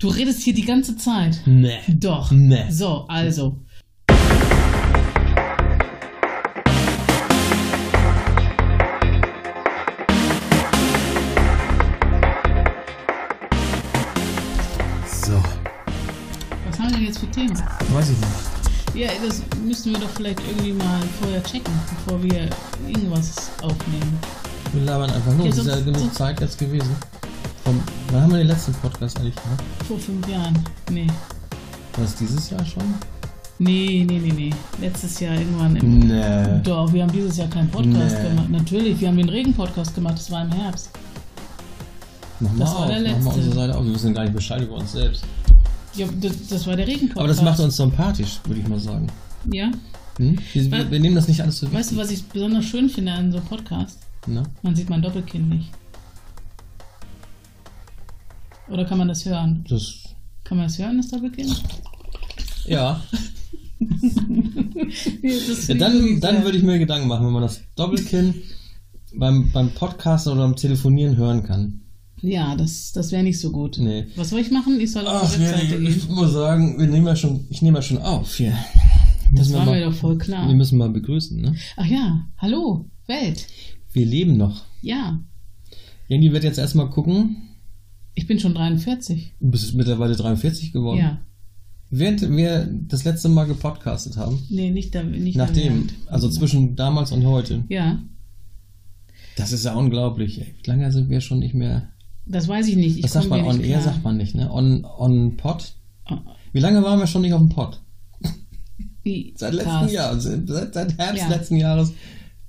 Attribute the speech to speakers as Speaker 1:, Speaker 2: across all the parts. Speaker 1: Du redest hier die ganze Zeit.
Speaker 2: Nee.
Speaker 1: Doch.
Speaker 2: Nee.
Speaker 1: So, also.
Speaker 2: So.
Speaker 1: Was haben wir denn jetzt für Themen?
Speaker 2: Weiß ich nicht.
Speaker 1: Ja, das müssen wir doch vielleicht irgendwie mal vorher checken, bevor wir irgendwas aufnehmen.
Speaker 2: Wir labern einfach nur.
Speaker 1: Ja,
Speaker 2: Es ist ja
Speaker 1: sonst-
Speaker 2: genug
Speaker 1: sonst-
Speaker 2: Zeit jetzt gewesen. Vom, wann haben wir den letzten Podcast eigentlich gemacht?
Speaker 1: Vor fünf Jahren. Nee.
Speaker 2: War das dieses Jahr schon?
Speaker 1: Nee, nee, nee, nee. Letztes Jahr irgendwann im.
Speaker 2: Nee.
Speaker 1: Doch, wir haben dieses Jahr keinen Podcast
Speaker 2: Nee.
Speaker 1: gemacht. Natürlich, wir haben den Regen-Podcast gemacht, das war im Herbst.
Speaker 2: Mach mal
Speaker 1: Das war
Speaker 2: auf.
Speaker 1: der
Speaker 2: Mach mal
Speaker 1: letzte.
Speaker 2: unsere Seite auf. Wir wissen gar nicht Bescheid über uns selbst.
Speaker 1: Ja, das, das war der Regen-Podcast.
Speaker 2: Aber das macht uns sympathisch, würde ich mal sagen.
Speaker 1: Ja.
Speaker 2: Hm? Wir, wir, wir nehmen das nicht alles so
Speaker 1: Weißt du, was ich besonders schön finde an so einem Podcast?
Speaker 2: Ne?
Speaker 1: Man sieht mein Doppelkinn nicht. Oder kann man das hören?
Speaker 2: Das.
Speaker 1: Kann man das hören, das Doppelkinn?
Speaker 2: Ja.
Speaker 1: Das
Speaker 2: ja dann dann würde ich mir Gedanken machen, wenn man das Doppelkinn beim, beim Podcasten oder beim Telefonieren hören kann.
Speaker 1: Ja, das, das wäre nicht so gut.
Speaker 2: Nee.
Speaker 1: Was soll ich machen? Ich soll auf
Speaker 2: Ach,
Speaker 1: die Webseite
Speaker 2: nee, ich
Speaker 1: gehen.
Speaker 2: muss sagen, wir nehmen ja schon, ich nehme ja schon auf hier. Das
Speaker 1: war mir doch voll klar.
Speaker 2: Wir müssen mal begrüßen, ne?
Speaker 1: Ach ja, hallo, Welt.
Speaker 2: Wir leben noch.
Speaker 1: Ja,
Speaker 2: Jenny wird jetzt erstmal gucken.
Speaker 1: ich bin schon 43.
Speaker 2: Du bist mittlerweile 43 geworden.
Speaker 1: Ja,
Speaker 2: Während wir das letzte Mal gepodcastet haben,
Speaker 1: nee, nicht da. Nicht
Speaker 2: nachdem,
Speaker 1: da-
Speaker 2: also zwischen damals und heute,
Speaker 1: Ja,
Speaker 2: das ist ja unglaublich. Ey, wie lange sind wir schon nicht mehr?
Speaker 1: das weiß ich nicht. Ich
Speaker 2: Was sagt
Speaker 1: komm dir
Speaker 2: man?
Speaker 1: nicht
Speaker 2: On Air
Speaker 1: klar. Oh,
Speaker 2: sagt man nicht, ne? On, on Pod? Wie lange waren wir schon nicht auf dem Pod?
Speaker 1: Wie-
Speaker 2: Seit letztem
Speaker 1: Cast.
Speaker 2: Jahr, seit, seit Herbst
Speaker 1: Ja.
Speaker 2: letzten Jahres.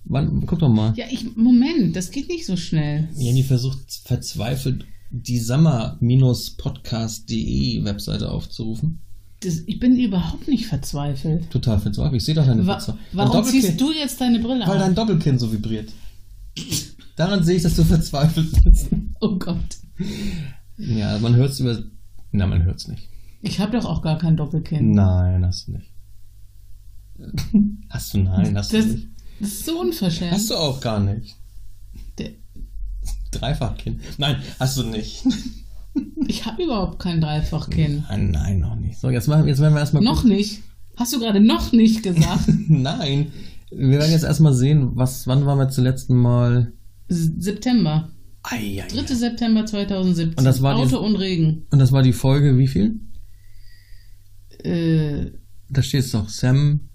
Speaker 2: Wann, guck doch mal.
Speaker 1: Ja, ich, Moment, das geht nicht so schnell.
Speaker 2: Jenny versucht verzweifelt, die Summer-podcast.de Webseite aufzurufen.
Speaker 1: Das, ich bin überhaupt nicht verzweifelt.
Speaker 2: Total verzweifelt. Ich sehe doch deine
Speaker 1: Wa
Speaker 2: Verzweiflung.
Speaker 1: warum
Speaker 2: Doppelkinn-
Speaker 1: ziehst du jetzt deine Brille
Speaker 2: Weil
Speaker 1: auf?
Speaker 2: dein Doppelkinn so vibriert. Daran sehe ich, dass du verzweifelt bist.
Speaker 1: Oh Gott.
Speaker 2: Ja, man hört es über. Na, man hört es nicht.
Speaker 1: Ich habe doch auch gar kein Doppelkinn.
Speaker 2: Nein, hast du nicht. Hast du nein, hast
Speaker 1: Das,
Speaker 2: du nicht.
Speaker 1: das ist so unverschämt.
Speaker 2: Hast du auch gar nicht.
Speaker 1: Der-
Speaker 2: Dreifachkinn. Nein, hast du nicht.
Speaker 1: Ich habe überhaupt kein Dreifachkinn.
Speaker 2: Nein, nein, noch nicht. So, jetzt, machen, jetzt werden wir erstmal
Speaker 1: Noch nicht. Hast du gerade noch nicht gesagt?
Speaker 2: Nein. Wir werden jetzt erstmal sehen, was, wann waren wir zuletzt mal.
Speaker 1: S- September.
Speaker 2: Ei, ei,
Speaker 1: 3.
Speaker 2: ei.
Speaker 1: September 2017.
Speaker 2: Und das war die-
Speaker 1: Auto und Regen.
Speaker 2: Und das war die Folge, wie viel?
Speaker 1: Äh,
Speaker 2: Da steht es doch, Sam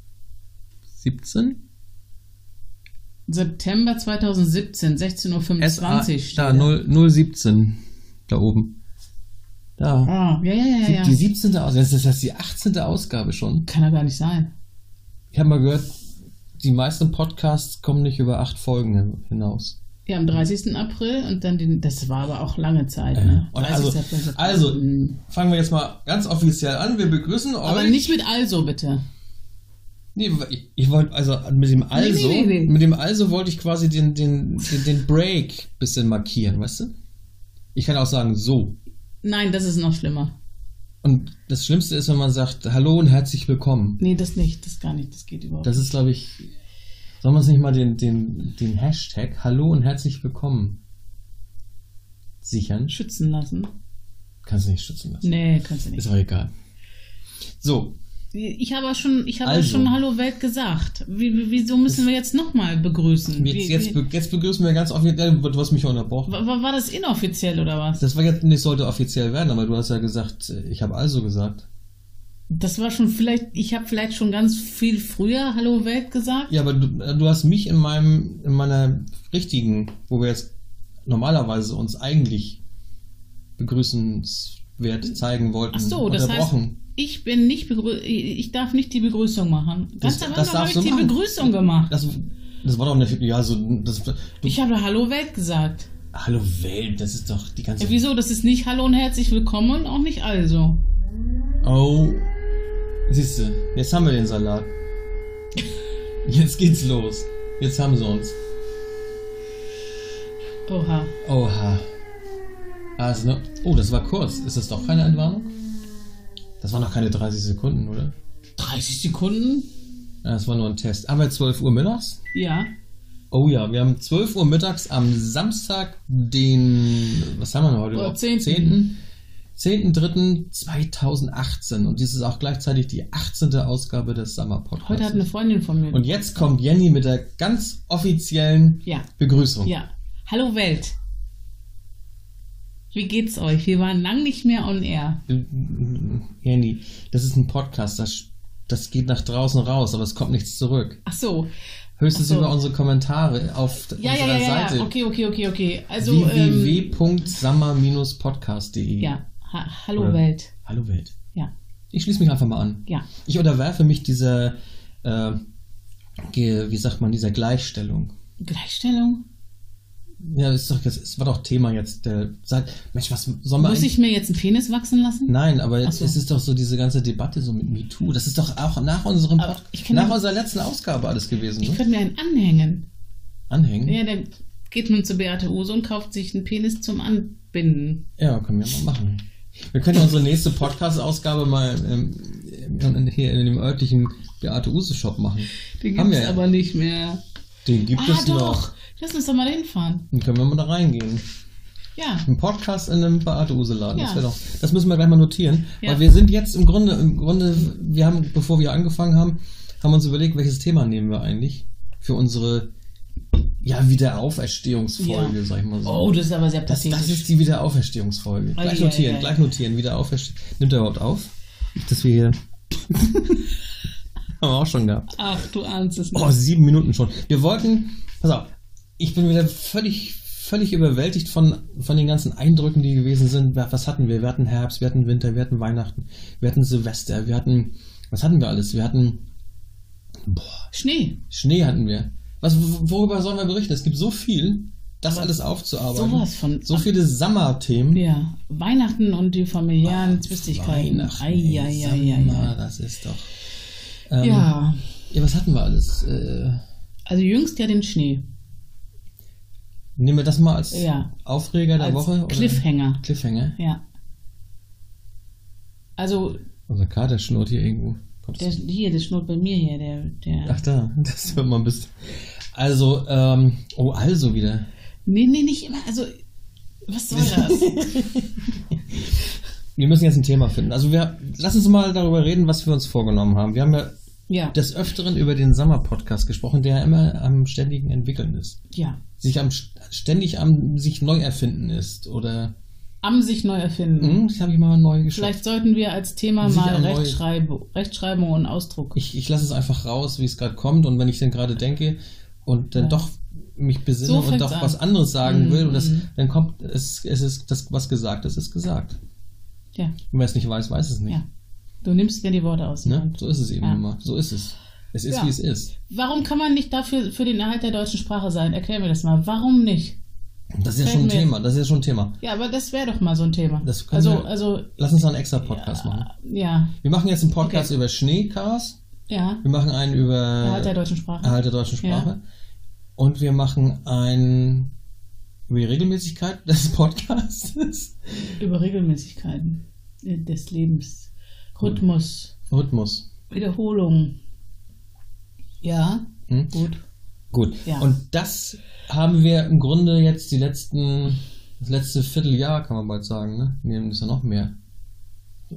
Speaker 2: 17?
Speaker 1: September 2017, 16.25 Uhr. steht
Speaker 2: da, 0, 017. Da oben. Da.
Speaker 1: Ah, ja, ja, ja, ja.
Speaker 2: Die 17. Ausgabe. Das ist das die 18. Ausgabe schon.
Speaker 1: Kann ja gar nicht sein.
Speaker 2: Ich habe mal gehört, die meisten Podcasts kommen nicht über acht Folgen hin- hinaus.
Speaker 1: Ja, am 30. April und dann den. Das war aber auch lange Zeit, ne?
Speaker 2: Und
Speaker 1: 30.
Speaker 2: also,
Speaker 1: April.
Speaker 2: also,
Speaker 1: Mhm.
Speaker 2: fangen wir jetzt mal ganz offiziell an. Wir begrüßen euch.
Speaker 1: Aber nicht mit also, bitte.
Speaker 2: Nee, ich- ich wollte, also mit dem Also,
Speaker 1: nee, nee.
Speaker 2: mit dem Also wollte ich quasi den, den, den, den Break bisschen markieren, weißt du? Ich kann auch sagen, so.
Speaker 1: Nein, das ist noch schlimmer.
Speaker 2: Und das Schlimmste ist, wenn man sagt, hallo und herzlich willkommen.
Speaker 1: Nee, das nicht. Das gar nicht. Das geht überhaupt
Speaker 2: Das ist, glaube ich, soll man es nicht mal den, den, den Hashtag Hallo und herzlich willkommen sichern?
Speaker 1: nicht. Schützen lassen.
Speaker 2: Kannst du nicht schützen lassen.
Speaker 1: Nee, kannst du nicht.
Speaker 2: Ist auch egal. So,
Speaker 1: Ich habe schon, ich habe
Speaker 2: Also.
Speaker 1: schon Hallo Welt gesagt. Wie, wie- wieso müssen wir jetzt nochmal begrüßen?
Speaker 2: jetzt,
Speaker 1: Wie-
Speaker 2: jetzt,
Speaker 1: wie,
Speaker 2: be- jetzt begrüßen wir ganz offiziell, du hast mich unterbrochen.
Speaker 1: wa- wa- war das inoffiziell oder was?
Speaker 2: Das war jetzt, nicht sollte offiziell werden, aber du hast ja gesagt, ich habe also gesagt.
Speaker 1: Das war schon vielleicht, ich habe vielleicht schon ganz viel früher Hallo Welt gesagt.
Speaker 2: Ja, aber du, äh, du hast mich in meinem, in meiner richtigen, wo wir jetzt normalerweise uns eigentlich begrüßenswert zeigen wollten,
Speaker 1: Ach so, das heißt,
Speaker 2: unterbrochen.
Speaker 1: ich bin nicht begrü ich darf nicht die Begrüßung machen. Ganz
Speaker 2: Das-
Speaker 1: am
Speaker 2: das
Speaker 1: Anfang habe
Speaker 2: darfst
Speaker 1: ich
Speaker 2: du
Speaker 1: die
Speaker 2: machen.
Speaker 1: Begrüßung gemacht.
Speaker 2: Das, das war doch eine, ja, so, das, du,
Speaker 1: Ich habe Hallo Welt gesagt.
Speaker 2: hallo Welt, das ist doch die ganze,
Speaker 1: Ja, wieso? Das ist nicht Hallo und herzlich willkommen und auch nicht also.
Speaker 2: oh, siehste, jetzt haben wir den Salat. Jetzt geht's los. Jetzt haben sie uns.
Speaker 1: Oha.
Speaker 2: Oha. Also, ne- oh, das war kurz. Ist das doch keine Entwarnung? Das waren noch keine 30 Sekunden, oder?
Speaker 1: 30 Sekunden?
Speaker 2: Ja, Das war nur ein Test. Haben wir 12 Uhr mittags?
Speaker 1: Ja.
Speaker 2: Oh ja, wir haben 12 Uhr mittags am Samstag, den. Was haben wir denn heute?
Speaker 1: Oh,
Speaker 2: überhaupt?
Speaker 1: 10..
Speaker 2: 10.03.2018 und dies ist auch gleichzeitig die 18. Ausgabe des Summer Podcasts.
Speaker 1: Heute hat eine Freundin von mir.
Speaker 2: und jetzt kommt Jenny mit der ganz offiziellen
Speaker 1: ja,
Speaker 2: Begrüßung.
Speaker 1: ja. Hallo Welt. Wie geht's euch? Wir waren lang nicht mehr on air.
Speaker 2: Jenny, das ist ein Podcast, das, das geht nach draußen raus, aber es kommt nichts zurück.
Speaker 1: Ach so.
Speaker 2: Höchstens
Speaker 1: Ach so.
Speaker 2: über unsere Kommentare auf
Speaker 1: Ja, ja,
Speaker 2: unserer
Speaker 1: ja, ja,
Speaker 2: Seite
Speaker 1: ja. Okay, okay, okay, okay. Also, ähm,
Speaker 2: www.summer-podcast.de.
Speaker 1: ja. Ha Hallo
Speaker 2: Oder-
Speaker 1: Welt.
Speaker 2: Hallo Welt.
Speaker 1: Ja,
Speaker 2: Ich schließe mich einfach mal an.
Speaker 1: ja.
Speaker 2: Ich unterwerfe mich dieser, äh, ge- wie sagt man, dieser Gleichstellung.
Speaker 1: Gleichstellung?
Speaker 2: Ja, das ist doch, das ist- war doch Thema jetzt. Der sagt, Mensch, was soll man
Speaker 1: Muss
Speaker 2: eigentlich-
Speaker 1: ich mir jetzt einen Penis wachsen lassen?
Speaker 2: Nein, aber jetzt,
Speaker 1: so.
Speaker 2: es ist doch so diese ganze Debatte so mit MeToo. Das ist doch auch nach unserem
Speaker 1: Aber
Speaker 2: Pod-
Speaker 1: ich kann
Speaker 2: nach
Speaker 1: ja-
Speaker 2: unserer letzten Ausgabe alles gewesen,
Speaker 1: Ich
Speaker 2: ne?
Speaker 1: könnte mir einen anhängen.
Speaker 2: Anhängen. Ja.
Speaker 1: Ja, dann geht man zu Beate Ose und kauft sich einen Penis zum Anbinden.
Speaker 2: können wir mal machen. Wir können ja unsere nächste Podcast-Ausgabe mal ähm, in- hier in dem örtlichen Beate Use Shop machen.
Speaker 1: Den
Speaker 2: Haben
Speaker 1: gibt es
Speaker 2: wir.
Speaker 1: aber nicht mehr.
Speaker 2: Den gibt
Speaker 1: Ah,
Speaker 2: es noch.
Speaker 1: doch. Lass uns doch mal hinfahren.
Speaker 2: Dann können wir mal da reingehen.
Speaker 1: Ja.
Speaker 2: Ein Podcast in einem Beate Use Laden.
Speaker 1: Ja.
Speaker 2: Das, wär doch, das müssen wir gleich mal notieren.
Speaker 1: Ja.
Speaker 2: Weil wir sind jetzt im Grunde, im Grunde, wir haben, bevor wir angefangen haben, haben uns überlegt, welches Thema nehmen wir eigentlich für unsere ja, Wiederauferstehungsfolge,
Speaker 1: Ja.
Speaker 2: sag ich mal so.
Speaker 1: Oh, das ist aber sehr
Speaker 2: das,
Speaker 1: pathetisch.
Speaker 2: das ist die Wiederauferstehungsfolge. Gleich
Speaker 1: Ei, ei,
Speaker 2: notieren,
Speaker 1: ei.
Speaker 2: gleich notieren, Wiederauferstehung. Nimmt er überhaupt auf? Dass wir hier. haben wir auch schon gehabt.
Speaker 1: Ach, du ahnst es nicht.
Speaker 2: Oh, sieben Minuten schon. Wir wollten, pass auf, ich bin wieder völlig, völlig überwältigt von, von den ganzen Eindrücken, die gewesen sind. Wa- Was hatten wir? Wir hatten Herbst, wir hatten Winter, wir hatten Weihnachten, wir hatten Silvester, wir hatten, was hatten wir alles? Wir hatten, boah,
Speaker 1: Schnee.
Speaker 2: Schnee hatten wir. Was, w- worüber sollen wir berichten? Es gibt so viel, das alles aufzuarbeiten.
Speaker 1: Sowas von-
Speaker 2: So viele Sommerthemen.
Speaker 1: Ja. Weihnachten und die familiären Zwistigkeiten.
Speaker 2: Weihnachten,
Speaker 1: Ei, ei, ei, ei,
Speaker 2: Sommer,
Speaker 1: ei.
Speaker 2: das ist doch. Ähm, ja.
Speaker 1: Ja.
Speaker 2: ja, was hatten wir alles? Äh,
Speaker 1: Also jüngst ja den Schnee.
Speaker 2: Nehmen wir das mal als
Speaker 1: Ja.
Speaker 2: Aufreger der
Speaker 1: Als
Speaker 2: Woche? oder?
Speaker 1: Cliffhanger.
Speaker 2: Cliffhanger.
Speaker 1: Ja. Also,
Speaker 2: Unser Kater schnurrt hier irgendwo. Kommst
Speaker 1: der,
Speaker 2: du?
Speaker 1: hier, das schnurrt bei mir hier. Der, der.
Speaker 2: Ach da, das hört man ein bisschen. Also, ähm, oh, also wieder.
Speaker 1: Nee, nee, nicht immer. Also, was soll das?
Speaker 2: Wir müssen jetzt ein Thema finden. Also wir, lass uns mal darüber reden, was wir uns vorgenommen haben. Wir haben ja
Speaker 1: ja.
Speaker 2: des Öfteren über den Sommer-Podcast gesprochen, der ja immer am ständigen Entwickeln ist.
Speaker 1: ja.
Speaker 2: Sich am, ständig am sich neu erfinden ist. Oder,
Speaker 1: Am sich neu erfinden.
Speaker 2: hm, das habe ich mal neu geschrieben.
Speaker 1: Vielleicht sollten wir als Thema
Speaker 2: Sich
Speaker 1: mal
Speaker 2: am neu-
Speaker 1: Rechtschreib Rechtschreibung und Ausdruck.
Speaker 2: Ich, ich lasse es einfach raus, wie es gerade kommt. Und wenn ich dann gerade denke und dann
Speaker 1: Ja.
Speaker 2: doch mich besinne
Speaker 1: So
Speaker 2: und
Speaker 1: fängt's
Speaker 2: doch
Speaker 1: an.
Speaker 2: was anderes sagen
Speaker 1: Mhm.
Speaker 2: will, und das, dann kommt, es, es ist das, was gesagt ist, ist gesagt.
Speaker 1: ja,
Speaker 2: Und wer es nicht weiß, weiß es nicht.
Speaker 1: ja. Du nimmst dir die Worte aus. der
Speaker 2: Ne?
Speaker 1: Hand.
Speaker 2: So ist es eben
Speaker 1: Ja.
Speaker 2: immer. So ist es. Es ist,
Speaker 1: Ja.
Speaker 2: wie es ist.
Speaker 1: Warum kann man nicht dafür für den Erhalt der deutschen Sprache sein? Erklär mir das mal. Warum nicht?
Speaker 2: Das ist ja
Speaker 1: Fällt
Speaker 2: schon ein
Speaker 1: mir-
Speaker 2: Thema. Das ist ja schon ein Thema.
Speaker 1: Ja, aber das wäre doch mal so ein Thema.
Speaker 2: Das können
Speaker 1: also,
Speaker 2: wir-
Speaker 1: also,
Speaker 2: Lass uns noch einen extra Podcast machen.
Speaker 1: ja,
Speaker 2: Wir machen jetzt einen Podcast
Speaker 1: Okay.
Speaker 2: über Schneecars.
Speaker 1: ja.
Speaker 2: Wir machen einen über
Speaker 1: Erhalt der deutschen Sprache.
Speaker 2: Äh, Erhalt der deutschen
Speaker 1: Ja.
Speaker 2: Sprache. Und wir machen einen über die Regelmäßigkeit des Podcasts.
Speaker 1: Über Regelmäßigkeiten äh, des Lebens. Rhythmus,
Speaker 2: Rhythmus.
Speaker 1: Wiederholung. Ja,
Speaker 2: Hm?
Speaker 1: gut.
Speaker 2: Gut.
Speaker 1: Ja.
Speaker 2: Und das haben wir im Grunde jetzt die letzten, das letzte Vierteljahr, kann man bald sagen, ne? Nehmen ist ja noch mehr.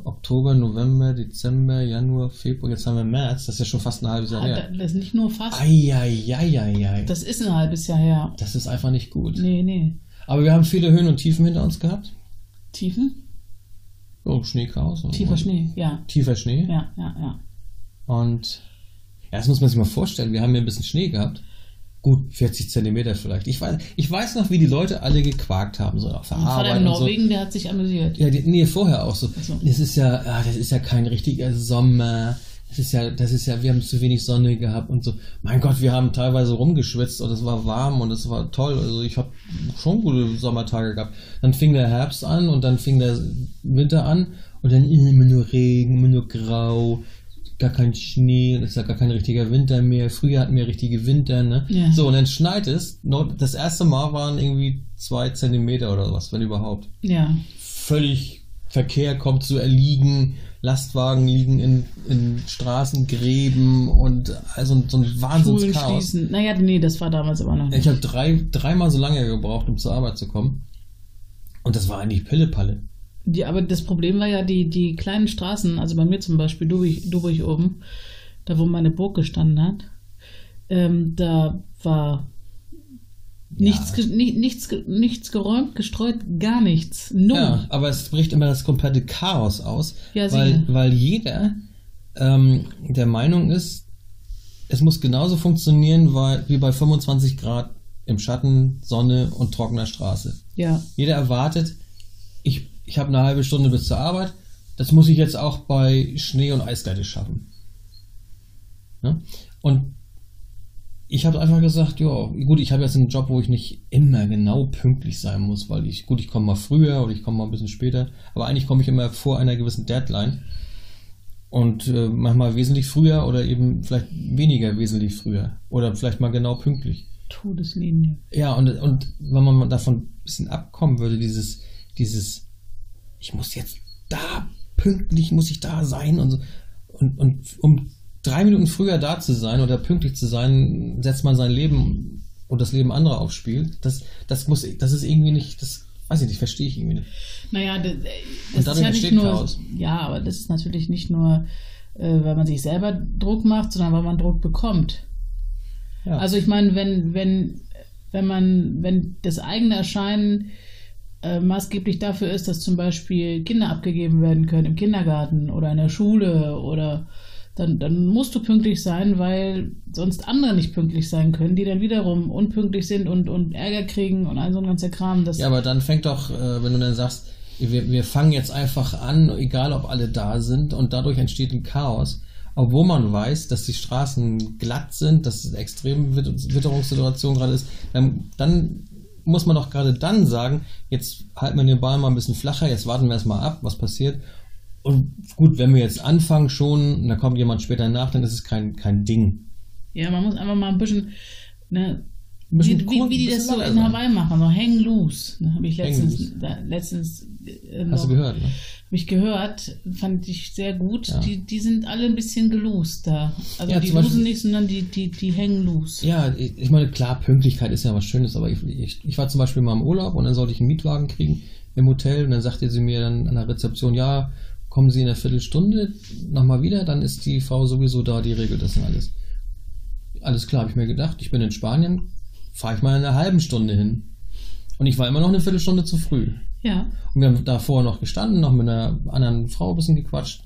Speaker 2: Oktober, November, Dezember, Januar, Februar, jetzt haben wir März, das ist ja schon fast ein halbes Jahr
Speaker 1: Ah, da-
Speaker 2: her.
Speaker 1: Das ist nicht nur fast.
Speaker 2: Eieieiei.
Speaker 1: Das ist ein halbes Jahr her.
Speaker 2: Das ist einfach nicht gut.
Speaker 1: Nee, nee.
Speaker 2: Aber wir haben viele Höhen und Tiefen hinter uns gehabt.
Speaker 1: Tiefen?
Speaker 2: Oh, Schneechaos. und-
Speaker 1: Tiefer
Speaker 2: und-
Speaker 1: Schnee, ja.
Speaker 2: Tiefer Schnee.
Speaker 1: Ja, ja, ja.
Speaker 2: Und ja, das muss man sich mal vorstellen. Wir haben ja ein bisschen Schnee gehabt. Gut, 40 Zentimeter vielleicht. Ich weiß, ich weiß noch, wie die Leute alle gequakt haben, so auf der
Speaker 1: Und vor
Speaker 2: Arbeit
Speaker 1: allem
Speaker 2: und Ah, so.
Speaker 1: Norwegen, der hat sich amüsiert.
Speaker 2: Ja, die, nee, vorher auch so.
Speaker 1: so.
Speaker 2: Das ist ja, ah, das ist ja kein richtiger Sommer. Das ist ja, das ist ja, wir haben zu wenig Sonne gehabt und so. Mein Gott, wir haben teilweise rumgeschwitzt und es war warm und es war toll. Also ich habe schon gute Sommertage gehabt. Dann fing der Herbst an und dann fing der Winter an und dann immer nur Regen, immer nur grau, gar kein Schnee, das ist ja gar kein richtiger Winter mehr. Früher hatten wir richtige Winter, ne?
Speaker 1: Ja.
Speaker 2: So, und dann schneit es. Noch- Das erste Mal waren irgendwie zwei Zentimeter oder was, wenn überhaupt
Speaker 1: Ja,
Speaker 2: völlig Verkehr kommt zu erliegen, Lastwagen liegen in, in Straßengräben und also so ein
Speaker 1: Schulen
Speaker 2: Wahnsinnschaos.
Speaker 1: schließen. Naja, nee, das war damals aber noch nicht.
Speaker 2: Ich habe drei, dreimal so lange gebraucht, um zur Arbeit zu kommen. Und das war eigentlich Pille-Palle.
Speaker 1: Die, aber das Problem war ja, die, die kleinen Straßen, also bei mir zum Beispiel, Dubrich, Dubrich oben, da wo meine Burg gestanden hat, ähm, da war nichts, ge- ni, nichts, ge- nichts geräumt, gestreut, gar nichts. Null.
Speaker 2: Ja, aber es bricht immer das komplette Chaos aus,
Speaker 1: Ja,
Speaker 2: weil,
Speaker 1: sicher.
Speaker 2: weil jeder ähm, der Meinung ist, es muss genauso funktionieren weil, wie bei 25 Grad im Schatten, Sonne und trockener Straße.
Speaker 1: ja.
Speaker 2: Jeder erwartet, ich, ich habe eine halbe Stunde bis zur Arbeit, das muss ich jetzt auch bei Schnee und Eisglätte schaffen. Ne? Und ich habe einfach gesagt, ja, gut, ich habe jetzt einen Job, wo ich nicht immer genau pünktlich sein muss, weil ich, gut, ich komme mal früher oder ich komme mal ein bisschen später, aber eigentlich komme ich immer vor einer gewissen Deadline und äh, manchmal wesentlich früher oder eben vielleicht weniger wesentlich früher oder vielleicht mal genau pünktlich.
Speaker 1: Todeslinie.
Speaker 2: Ja, und, und wenn man mal davon ein bisschen abkommen würde, dieses, dieses, ich muss jetzt da pünktlich, muss ich da sein und so. Und, und um drei Minuten früher da zu sein oder pünktlich zu sein, setzt man sein Leben und das Leben anderer aufs Spiel. Das, das muss, das ist irgendwie nicht, das weiß ich nicht, verstehe ich irgendwie nicht.
Speaker 1: Naja, das,
Speaker 2: Und
Speaker 1: das ist
Speaker 2: dadurch
Speaker 1: ja nicht
Speaker 2: entsteht
Speaker 1: nur.
Speaker 2: Chaos.
Speaker 1: Ja, aber das ist natürlich nicht nur, äh, weil man sich selber Druck macht, sondern weil man Druck bekommt.
Speaker 2: Ja.
Speaker 1: Also ich meine, wenn, wenn, wenn man, wenn das eigene Erscheinen äh, maßgeblich dafür ist, dass zum Beispiel Kinder abgegeben werden können im Kindergarten oder in der Schule oder dann, dann musst du pünktlich sein, weil sonst andere nicht pünktlich sein können, die dann wiederum unpünktlich sind und, und Ärger kriegen und all so ein ganzer Kram. Das,
Speaker 2: Ja, aber dann fängt doch, äh, wenn du dann sagst, wir, wir fangen jetzt einfach an, egal ob alle da sind, und dadurch entsteht ein Chaos. Obwohl man weiß, dass die Straßen glatt sind, dass es eine extreme Wit- Witterungssituation gerade ist, dann, dann muss man doch gerade dann sagen, jetzt halten wir den Ball mal ein bisschen flacher, jetzt warten wir erstmal ab, was passiert. Und gut, wenn wir jetzt anfangen schon, und da kommt jemand später nach, dann ist es kein, kein Ding.
Speaker 1: ja man muss einfach mal ein bisschen, ne,
Speaker 2: Ein bisschen
Speaker 1: wie, wie,
Speaker 2: cool,
Speaker 1: wie die
Speaker 2: ein
Speaker 1: das
Speaker 2: bisschen
Speaker 1: so
Speaker 2: leiser
Speaker 1: in
Speaker 2: sein.
Speaker 1: Hawaii machen, so hang loose. Ne, Habe ich
Speaker 2: Hang
Speaker 1: letztens,
Speaker 2: loose.
Speaker 1: da, letztens äh,
Speaker 2: Hast
Speaker 1: noch-
Speaker 2: du gehört, ne?
Speaker 1: Habe ich gehört, fand ich sehr gut.
Speaker 2: Ja.
Speaker 1: Die, die sind alle ein bisschen gelost da. Also
Speaker 2: Ja,
Speaker 1: die
Speaker 2: zum Beispiel-
Speaker 1: losen nicht, sondern die, die, die hängen los.
Speaker 2: Ja, ich ich meine, klar, Pünktlichkeit ist ja was Schönes, aber ich, ich, ich war zum Beispiel mal im Urlaub und dann sollte ich einen Mietwagen kriegen im Hotel und dann sagte sie mir dann an der Rezeption, ja, kommen Sie in einer Viertelstunde nochmal wieder, dann ist die Frau sowieso da, die regelt das und alles. Alles klar, habe ich mir gedacht, ich bin in Spanien, fahre ich mal in einer halben Stunde hin. Und ich war immer noch eine Viertelstunde zu früh.
Speaker 1: Ja.
Speaker 2: Und wir haben davor noch gestanden, noch mit einer anderen Frau ein bisschen gequatscht,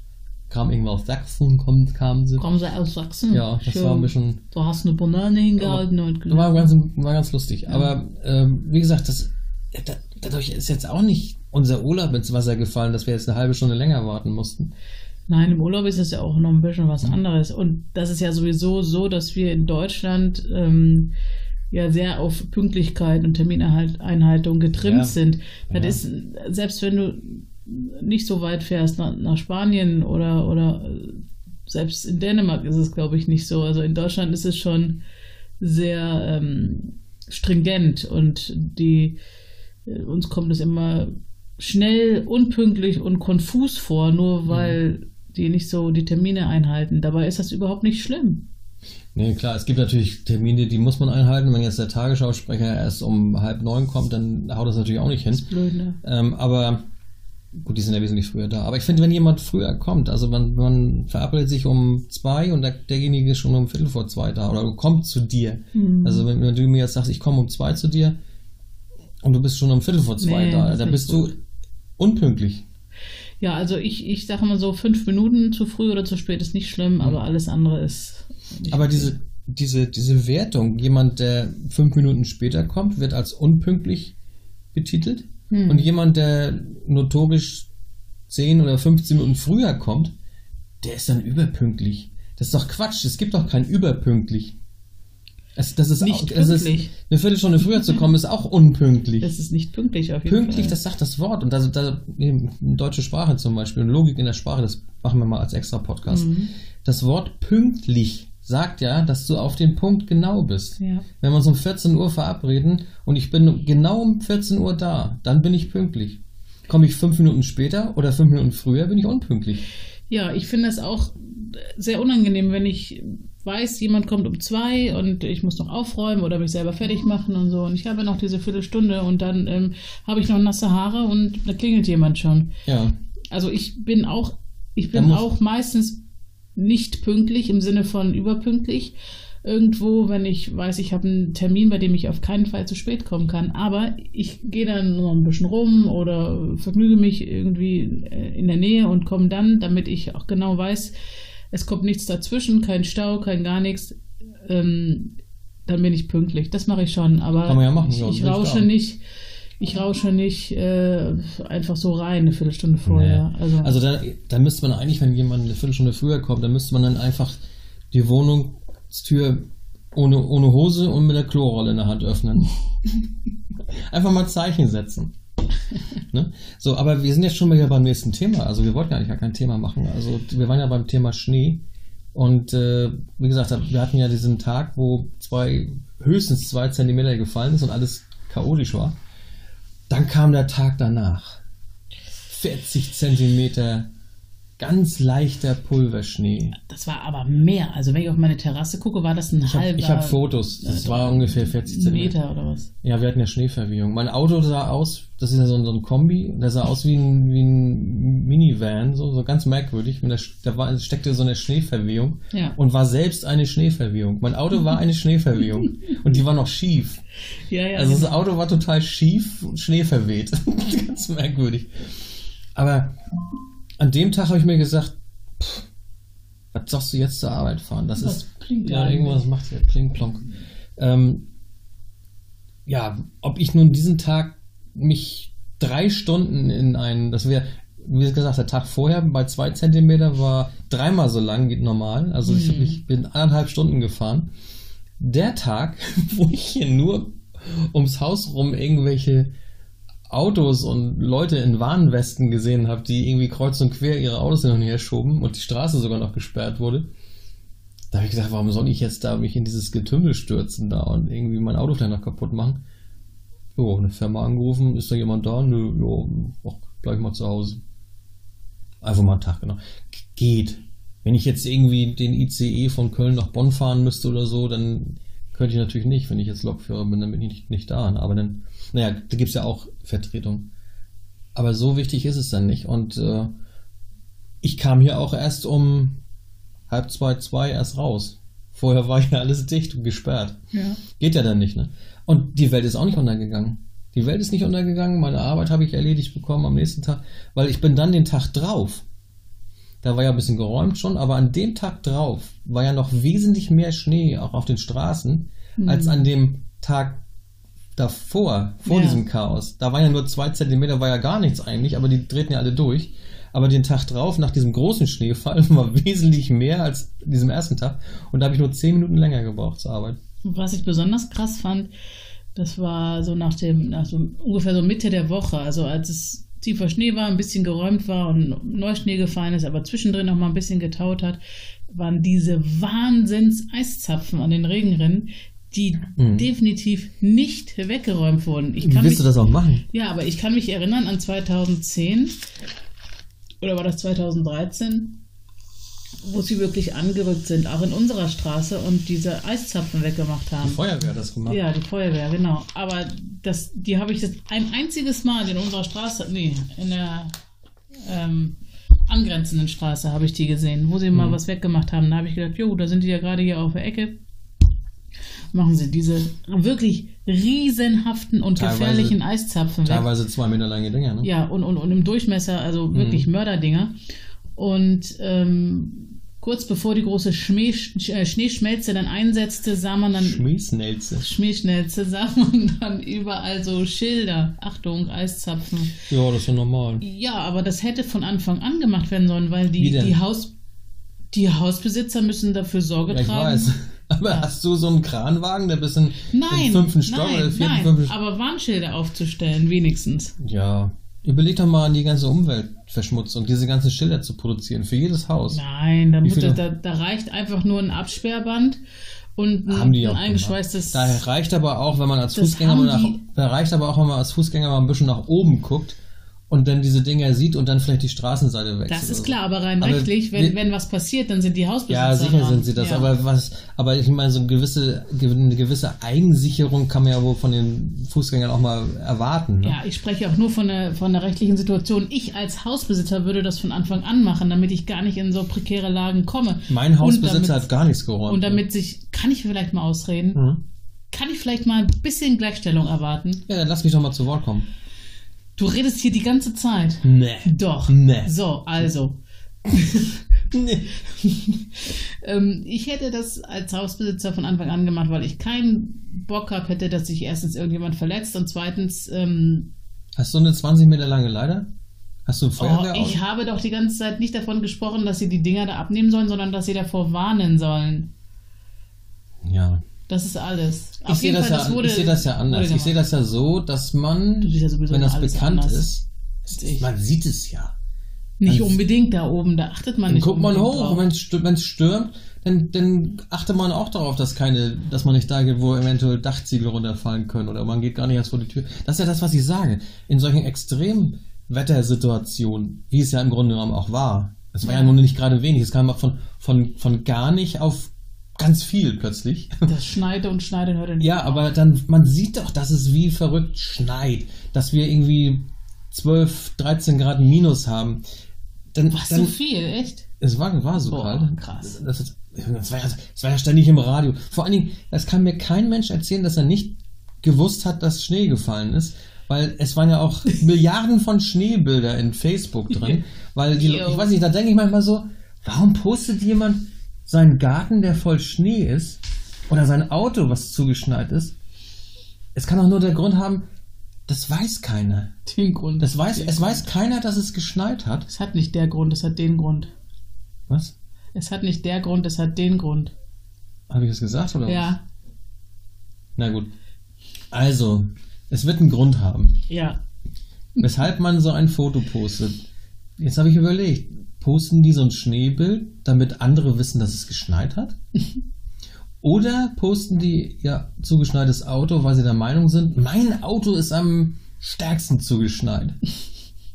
Speaker 2: kam irgendwann aus Sachsen, kommt, kamen sie.
Speaker 1: Kommen sie aus Sachsen?
Speaker 2: Ja, das war ein bisschen
Speaker 1: Du hast eine Banane hingehalten und
Speaker 2: war ganz, war ganz lustig. Aber ähm, wie gesagt, das, da, dadurch ist jetzt auch nicht unser Urlaub ins Wasser gefallen, dass wir jetzt eine halbe Stunde länger warten mussten.
Speaker 1: Nein, im Urlaub ist es ja auch noch ein bisschen was anderes. Und das ist ja sowieso so, dass wir in Deutschland ähm, ja sehr auf Pünktlichkeit und Termineinhaltung getrimmt
Speaker 2: Ja.
Speaker 1: sind. Das
Speaker 2: Ja.
Speaker 1: ist, selbst wenn du nicht so weit fährst nach, nach Spanien oder, oder äh, selbst in Dänemark ist es, glaube ich, nicht so. Also in Deutschland ist es schon sehr ähm, stringent und die äh, uns kommt es immer schnell, unpünktlich und konfus vor,
Speaker 2: Mhm.
Speaker 1: nur weil die nicht so die Termine einhalten. Dabei ist das überhaupt nicht schlimm.
Speaker 2: Nee, klar, es gibt natürlich Termine, die muss man einhalten. Wenn jetzt der Tagesschausprecher erst um halb neun kommt, dann haut das natürlich auch nicht hin.
Speaker 1: Das ist blöd, ne?
Speaker 2: Ähm, aber gut, die sind ja wesentlich früher da. Aber ich finde, wenn jemand früher kommt, also man, man verabredet sich um zwei und der, derjenige ist schon um Viertel vor zwei da oder kommt zu dir.
Speaker 1: Mhm.
Speaker 2: Also wenn, wenn du mir jetzt sagst, ich komme um zwei zu dir und du bist schon um Viertel vor zwei
Speaker 1: Nee, das
Speaker 2: da,
Speaker 1: ist
Speaker 2: dann
Speaker 1: nicht
Speaker 2: bist
Speaker 1: gut.
Speaker 2: du unpünktlich.
Speaker 1: Ja, also ich, ich sage mal so, fünf Minuten zu früh oder zu spät ist nicht schlimm, aber alles andere ist. Nicht
Speaker 2: Mhm. Aber
Speaker 1: schlimm.
Speaker 2: diese, diese, diese Wertung, jemand, der fünf Minuten später kommt, wird als unpünktlich betitelt.
Speaker 1: Hm.
Speaker 2: Und jemand, der notorisch 10 oder 15 Minuten früher kommt, der ist dann überpünktlich. Das ist doch Quatsch, es gibt doch kein überpünktlich. Es, das ist
Speaker 1: Nicht
Speaker 2: auch, es ist,
Speaker 1: pünktlich.
Speaker 2: eine Viertelstunde früher zu kommen, ist auch unpünktlich.
Speaker 1: Das ist nicht pünktlich auf jeden
Speaker 2: Pünktlich,
Speaker 1: Fall.
Speaker 2: das sagt das Wort. Und da, da deutsche Sprache zum Beispiel und Logik in der Sprache, das machen wir mal als extra Podcast.
Speaker 1: Mhm.
Speaker 2: Das Wort pünktlich sagt ja, dass du auf den Punkt genau bist.
Speaker 1: Ja.
Speaker 2: Wenn wir uns um 14 Uhr verabreden und ich bin genau um 14 Uhr da, dann bin ich pünktlich. Komme ich fünf Minuten später oder fünf Minuten früher, bin ich unpünktlich.
Speaker 1: Ja, ich finde das auch sehr unangenehm, wenn ich weiß, jemand kommt um zwei und ich muss noch aufräumen oder mich selber fertig machen und so. Und ich habe noch diese Viertelstunde und dann ähm, habe ich noch nasse Haare und da klingelt jemand schon.
Speaker 2: Ja.
Speaker 1: Also ich bin auch, ich
Speaker 2: Da
Speaker 1: bin
Speaker 2: muss-
Speaker 1: auch meistens nicht pünktlich im Sinne von überpünktlich. Irgendwo, wenn ich weiß, ich habe einen Termin, bei dem ich auf keinen Fall zu spät kommen kann. Aber ich gehe dann noch ein bisschen rum oder vergnüge mich irgendwie äh, in der Nähe und komme dann, damit ich auch genau weiß, es kommt nichts dazwischen, kein Stau, kein gar nichts. Ähm, dann bin ich pünktlich. Das mache ich schon, aber
Speaker 2: Kann man ja machen,
Speaker 1: ich,
Speaker 2: ja,
Speaker 1: ich
Speaker 2: will ich
Speaker 1: rausche
Speaker 2: sagen.
Speaker 1: nicht, ich rausche nicht äh, einfach so rein eine Viertelstunde vorher.
Speaker 2: Nee.
Speaker 1: Also,
Speaker 2: Also dann, dann müsste man eigentlich, wenn jemand eine Viertelstunde früher kommt, dann müsste man dann einfach die Wohnungstür ohne, ohne Hose und mit der Klorolle in der Hand öffnen. einfach mal Zeichen setzen. Ne? So, aber wir sind jetzt schon wieder beim nächsten Thema. Also wir wollten ja eigentlich gar kein Thema machen. Also wir waren ja beim Thema Schnee. Und äh, wie gesagt, wir hatten ja diesen Tag, wo zwei, höchstens zwei Zentimeter gefallen ist und alles chaotisch war. Dann kam der Tag danach. 40 Zentimeter ganz leichter Pulverschnee.
Speaker 1: das war aber mehr. Also wenn ich auf meine Terrasse gucke, war das ein
Speaker 2: Ich habe
Speaker 1: halber
Speaker 2: hab Fotos. Das war ungefähr 40 Zentimeter.
Speaker 1: Meter oder was?
Speaker 2: Ja, wir hatten ja Schneeverwehung. Mein Auto sah aus, das ist ja so ein, so ein Kombi, der sah aus wie ein, wie ein Minivan, so, so ganz merkwürdig. Und da, sch- da war, steckte so eine Schneeverwehung
Speaker 1: Ja.
Speaker 2: und war selbst eine Schneeverwehung. Mein Auto war eine Schneeverwehung und die war noch schief.
Speaker 1: Ja, ja.
Speaker 2: Also das Auto war total schief und schneeverweht. Ganz merkwürdig. Aber an dem Tag habe ich mir gesagt, pff, was sollst du jetzt zur Arbeit fahren? Das
Speaker 1: Was
Speaker 2: ist
Speaker 1: bringt
Speaker 2: ja
Speaker 1: eigentlich?
Speaker 2: irgendwas macht hier kling plonk. Ähm, ja, ob ich nun diesen Tag mich drei Stunden in einen, das wäre wie gesagt, der Tag vorher bei zwei Zentimeter war dreimal so lang wie normal. Also ich, hab, ich bin anderthalb Stunden gefahren der Tag, wo ich hier nur ums Haus rum irgendwelche Autos und Leute in Warnwesten gesehen habe, die irgendwie kreuz und quer ihre Autos hin und her schoben und die Straße sogar noch gesperrt wurde. Da habe ich gesagt, warum soll ich jetzt da mich in dieses Getümmel stürzen da und irgendwie mein Auto vielleicht noch kaputt machen? Jo, eine Firma angerufen, ist da jemand da? Nö, jo, ach, bleib mal zu Hause. Einfach mal einen Tag, genau. G- Geht. Wenn ich jetzt irgendwie den ICE von Köln nach Bonn fahren müsste oder so, dann könnte ich natürlich nicht. Wenn ich jetzt Lokführer bin, dann bin ich nicht, nicht da. Aber dann, naja, da gibt es ja auch Vertretung. Aber so wichtig ist es dann nicht. Und äh, ich kam hier auch erst um halb zwei, zwei erst raus. Vorher war ja alles dicht und gesperrt.
Speaker 1: ja.
Speaker 2: Geht ja dann nicht, ne? Und die Welt ist auch nicht untergegangen. Die Welt ist nicht untergegangen, meine Arbeit habe ich erledigt bekommen am nächsten Tag, weil ich bin dann den Tag drauf. Da war ja ein bisschen geräumt schon, aber an dem Tag drauf war ja noch wesentlich mehr Schnee auch auf den Straßen als an dem Tag davor, vor
Speaker 1: Ja.
Speaker 2: diesem Chaos. Da waren ja nur zwei Zentimeter, war ja gar nichts eigentlich, aber die drehten ja alle durch. Aber den Tag drauf, nach diesem großen Schneefall, war wesentlich mehr als an diesem ersten Tag. Und da habe ich nur zehn Minuten länger gebraucht zur Arbeit.
Speaker 1: Und Was ich besonders krass fand, das war so nach dem, nach so ungefähr so Mitte der Woche, also als es tiefer Schnee war, ein bisschen geräumt war und Neuschnee gefallen ist, aber zwischendrin noch mal ein bisschen getaut hat, waren diese Wahnsinns-Eiszapfen an den Regenrinnen, die
Speaker 2: Mhm.
Speaker 1: definitiv nicht weggeräumt wurden. Ich kann
Speaker 2: Wie willst du
Speaker 1: mich,
Speaker 2: das auch machen?
Speaker 1: ja, aber ich kann mich erinnern an 2010 oder war das 2013, wo sie wirklich angerückt sind, auch in unserer Straße und diese Eiszapfen weggemacht haben.
Speaker 2: Feuerwehr das gemacht.
Speaker 1: Ja, die Feuerwehr, genau. Aber das, die habe ich jetzt ein einziges Mal in unserer Straße, nee, in der ähm, angrenzenden Straße habe ich die gesehen, wo sie
Speaker 2: Mhm.
Speaker 1: mal was weggemacht haben. Da habe ich gedacht, jo, da sind die ja gerade hier auf der Ecke. Machen sie diese wirklich riesenhaften und
Speaker 2: Teilweise-
Speaker 1: gefährlichen Eiszapfen weg.
Speaker 2: Teilweise zwei Meter lange Dinger, ne?
Speaker 1: Ja, und, und, und im Durchmesser, also wirklich
Speaker 2: Mhm.
Speaker 1: Mörderdinger. Und ähm, kurz bevor die große Schmäh, Sch äh, Schneeschmelze dann einsetzte, sah man dann
Speaker 2: Schmiesnelze.
Speaker 1: Schmähschnelze sah man dann überall so Schilder. Achtung, Eiszapfen.
Speaker 2: Ja, das ist ja normal.
Speaker 1: Ja, aber das hätte von Anfang an gemacht werden sollen, weil
Speaker 2: Wie
Speaker 1: die,
Speaker 2: denn?
Speaker 1: die, Haus, die Hausbesitzer müssen dafür Sorge
Speaker 2: Ja, ich
Speaker 1: tragen.
Speaker 2: weiß. Aber hast du so einen Kranwagen, der bis in
Speaker 1: Nein,
Speaker 2: den fünften Stock
Speaker 1: nein,
Speaker 2: oder vierten,
Speaker 1: nein,
Speaker 2: fünften Stock?
Speaker 1: aber Warnschilder aufzustellen, wenigstens.
Speaker 2: Ja. Überleg doch mal an die ganze Umweltverschmutzung, diese ganzen Schilder zu produzieren für jedes Haus.
Speaker 1: Nein, da,
Speaker 2: Wie
Speaker 1: muss,
Speaker 2: viele-
Speaker 1: da, da reicht einfach nur ein Absperrband und ein,
Speaker 2: Haben die
Speaker 1: ein
Speaker 2: auch
Speaker 1: eingeschweißtes.
Speaker 2: gemacht. Da reicht aber auch, wenn man als
Speaker 1: Das
Speaker 2: Fußgänger
Speaker 1: haben
Speaker 2: mal nach,
Speaker 1: die-
Speaker 2: da reicht aber auch, wenn man als Fußgänger mal ein bisschen nach oben guckt und dann diese Dinger sieht und dann vielleicht die Straßenseite wechselt.
Speaker 1: Das ist
Speaker 2: oder so.
Speaker 1: klar, aber rein
Speaker 2: Aber
Speaker 1: rechtlich, wenn,
Speaker 2: wir-
Speaker 1: wenn was passiert, dann sind die Hausbesitzer.
Speaker 2: Ja, sicher
Speaker 1: dran.
Speaker 2: sind sie das,
Speaker 1: ne? Ja.
Speaker 2: aber was, aber ich meine, so eine gewisse, eine gewisse Eigensicherung kann man ja wohl von den Fußgängern auch mal erwarten. Ne?
Speaker 1: Ja, ich spreche auch nur von der, von der rechtlichen Situation. Ich als Hausbesitzer würde das von Anfang an machen, damit ich gar nicht in so prekäre Lagen komme.
Speaker 2: Mein
Speaker 1: Und
Speaker 2: Hausbesitzer
Speaker 1: damit,
Speaker 2: hat gar nichts geräumt. ne?
Speaker 1: Und damit sich, kann ich vielleicht mal ausreden,
Speaker 2: Mhm.
Speaker 1: kann ich vielleicht mal ein bisschen Gleichstellung erwarten?
Speaker 2: Ja, dann lass mich doch mal zu Wort kommen.
Speaker 1: Du redest hier die ganze Zeit.
Speaker 2: Nee.
Speaker 1: Doch.
Speaker 2: Hm. Nee.
Speaker 1: So, also.
Speaker 2: nee.
Speaker 1: Ähm, ich hätte das als Hausbesitzer von Anfang an gemacht, weil ich keinen Bock habe, hätte, dass sich erstens irgendjemand verletzt und zweitens, ähm,
Speaker 2: Hast du eine 20 Meter lange Leiter? Hast du ein
Speaker 1: oh,
Speaker 2: Feuerwehr?
Speaker 1: ich habe doch die ganze Zeit nicht davon gesprochen, dass sie die Dinger da abnehmen sollen, sondern dass sie davor warnen sollen.
Speaker 2: ja.
Speaker 1: Das ist alles.
Speaker 2: Ich sehe das, ja, ich seh das ja anders. Ich sehe das ja so, dass man,
Speaker 1: Du siehst ja sowieso
Speaker 2: wenn das
Speaker 1: alles
Speaker 2: bekannt
Speaker 1: anders.
Speaker 2: ist,
Speaker 1: Das sehe ich.
Speaker 2: man sieht es ja.
Speaker 1: nicht
Speaker 2: als-
Speaker 1: unbedingt da oben, da achtet man
Speaker 2: Dann
Speaker 1: nicht.
Speaker 2: guckt man
Speaker 1: unbedingt
Speaker 2: hoch,
Speaker 1: drauf.
Speaker 2: wenn es stürmt, dann, dann achtet man auch darauf, dass keine, dass man nicht da geht, wo eventuell Dachziegel runterfallen können oder man geht gar nicht erst vor die Tür. Das ist ja das, was ich sage. In solchen extremen Wettersituationen, wie es ja im Grunde genommen auch war, es war ja nun nicht gerade wenig, es kam mal von, von, von gar nicht auf ganz viel plötzlich.
Speaker 1: Das schneite und schneide und hört nicht.
Speaker 2: Ja, aber dann, man sieht doch, dass es wie verrückt schneit, dass wir irgendwie 12, 13 Grad Minus haben. Dann,
Speaker 1: Was
Speaker 2: dann,
Speaker 1: so viel, echt?
Speaker 2: es war, war so
Speaker 1: Boah,
Speaker 2: kalt.
Speaker 1: Oh, krass.
Speaker 2: Das, ist, das, war ja, das war ja ständig im Radio. Vor allen Dingen, das kann mir kein Mensch erzählen, dass er nicht gewusst hat, dass Schnee gefallen ist. Weil es waren ja auch Milliarden von Schneebilder in Facebook drin. Weil die,
Speaker 1: Jo.
Speaker 2: ich weiß nicht, da denke ich manchmal so, warum postet jemand seinen Garten, der voll Schnee ist, oder sein Auto, was zugeschneit ist? Es kann doch nur der Grund haben, das weiß keiner.
Speaker 1: Den Grund.
Speaker 2: Das weiß, es weiß keiner, dass es geschneit hat.
Speaker 1: es hat nicht der Grund, es hat den Grund.
Speaker 2: Was?
Speaker 1: Es hat nicht der Grund, es hat den Grund.
Speaker 2: Habe ich das gesagt oder was?
Speaker 1: Ja,
Speaker 2: Na gut. Also, es wird einen Grund haben,
Speaker 1: ja.
Speaker 2: weshalb man so ein Foto postet. Jetzt habe ich überlegt, posten die so ein Schneebild, damit andere wissen, dass es geschneit hat? Oder posten die ihr zugeschneites Auto, weil sie der Meinung sind, mein Auto ist am stärksten zugeschneit.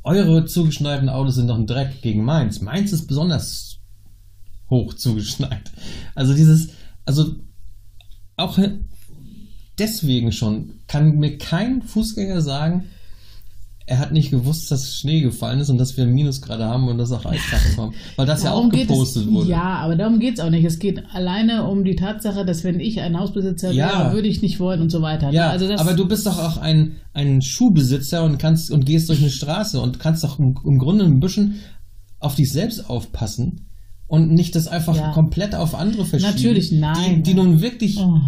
Speaker 2: Eure zugeschneiten Autos sind doch ein Dreck gegen meins. Meins ist besonders hoch zugeschneit. Also dieses, also auch deswegen schon kann mir kein Fußgänger sagen, er hat nicht gewusst, dass Schnee gefallen ist und dass wir Minusgrade haben und dass auch Eisplatten kommen. Weil das ja auch gepostet
Speaker 1: geht es,
Speaker 2: wurde.
Speaker 1: Ja, aber darum geht es auch nicht. Es geht alleine um die Tatsache, dass wenn ich ein Hausbesitzer
Speaker 2: Ja.
Speaker 1: wäre, würde ich nicht wollen und so weiter.
Speaker 2: Ja,
Speaker 1: also das,
Speaker 2: aber du bist doch auch ein, ein Schuhbesitzer und kannst und gehst durch eine Straße und kannst doch im, im Grunde ein bisschen auf dich selbst aufpassen und nicht das einfach
Speaker 1: Ja.
Speaker 2: komplett auf andere verschieben.
Speaker 1: Natürlich, nein.
Speaker 2: Die, die nun wirklich,
Speaker 1: Oh,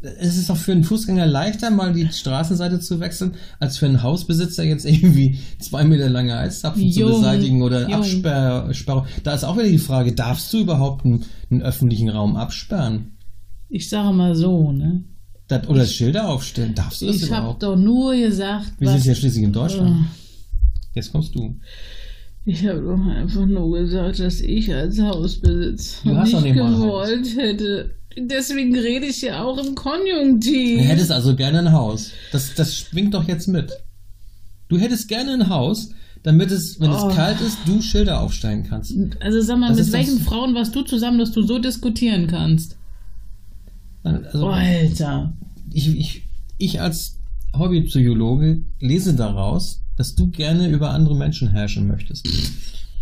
Speaker 2: es ist doch für einen Fußgänger leichter, mal die Straßenseite zu wechseln, als für einen Hausbesitzer jetzt irgendwie zwei Meter lange Eiszapfen
Speaker 1: Jung,
Speaker 2: zu beseitigen oder
Speaker 1: jung.
Speaker 2: Absperrung. Da ist auch wieder die Frage, darfst du überhaupt einen, einen öffentlichen Raum absperren?
Speaker 1: ich sage mal so, ne?
Speaker 2: Das, oder Schilder aufstellen, darfst du das
Speaker 1: Ich habe
Speaker 2: überhaupt?
Speaker 1: doch nur gesagt,
Speaker 2: Wir sind
Speaker 1: was.
Speaker 2: ja schließlich in Deutschland.
Speaker 1: Ah.
Speaker 2: Jetzt kommst du.
Speaker 1: Ich habe doch einfach nur gesagt, dass ich als
Speaker 2: Du
Speaker 1: Hausbesitzer
Speaker 2: hast doch
Speaker 1: nicht
Speaker 2: nicht mal
Speaker 1: gewollt hätte. Deswegen rede ich ja auch im Konjunktiv.
Speaker 2: Du hättest also gerne ein Haus. Das, das schwingt doch jetzt mit. Du hättest gerne ein Haus, damit es, wenn
Speaker 1: Oh.
Speaker 2: es kalt ist, du Schilder aufstellen kannst.
Speaker 1: also sag mal,
Speaker 2: Das
Speaker 1: mit
Speaker 2: ist
Speaker 1: welchen
Speaker 2: das-
Speaker 1: Frauen warst du zusammen, dass du so diskutieren kannst?
Speaker 2: Also,
Speaker 1: Oh. Alter.
Speaker 2: ich, ich, ich als Hobbypsychologe lese daraus, dass du gerne über andere Menschen herrschen möchtest.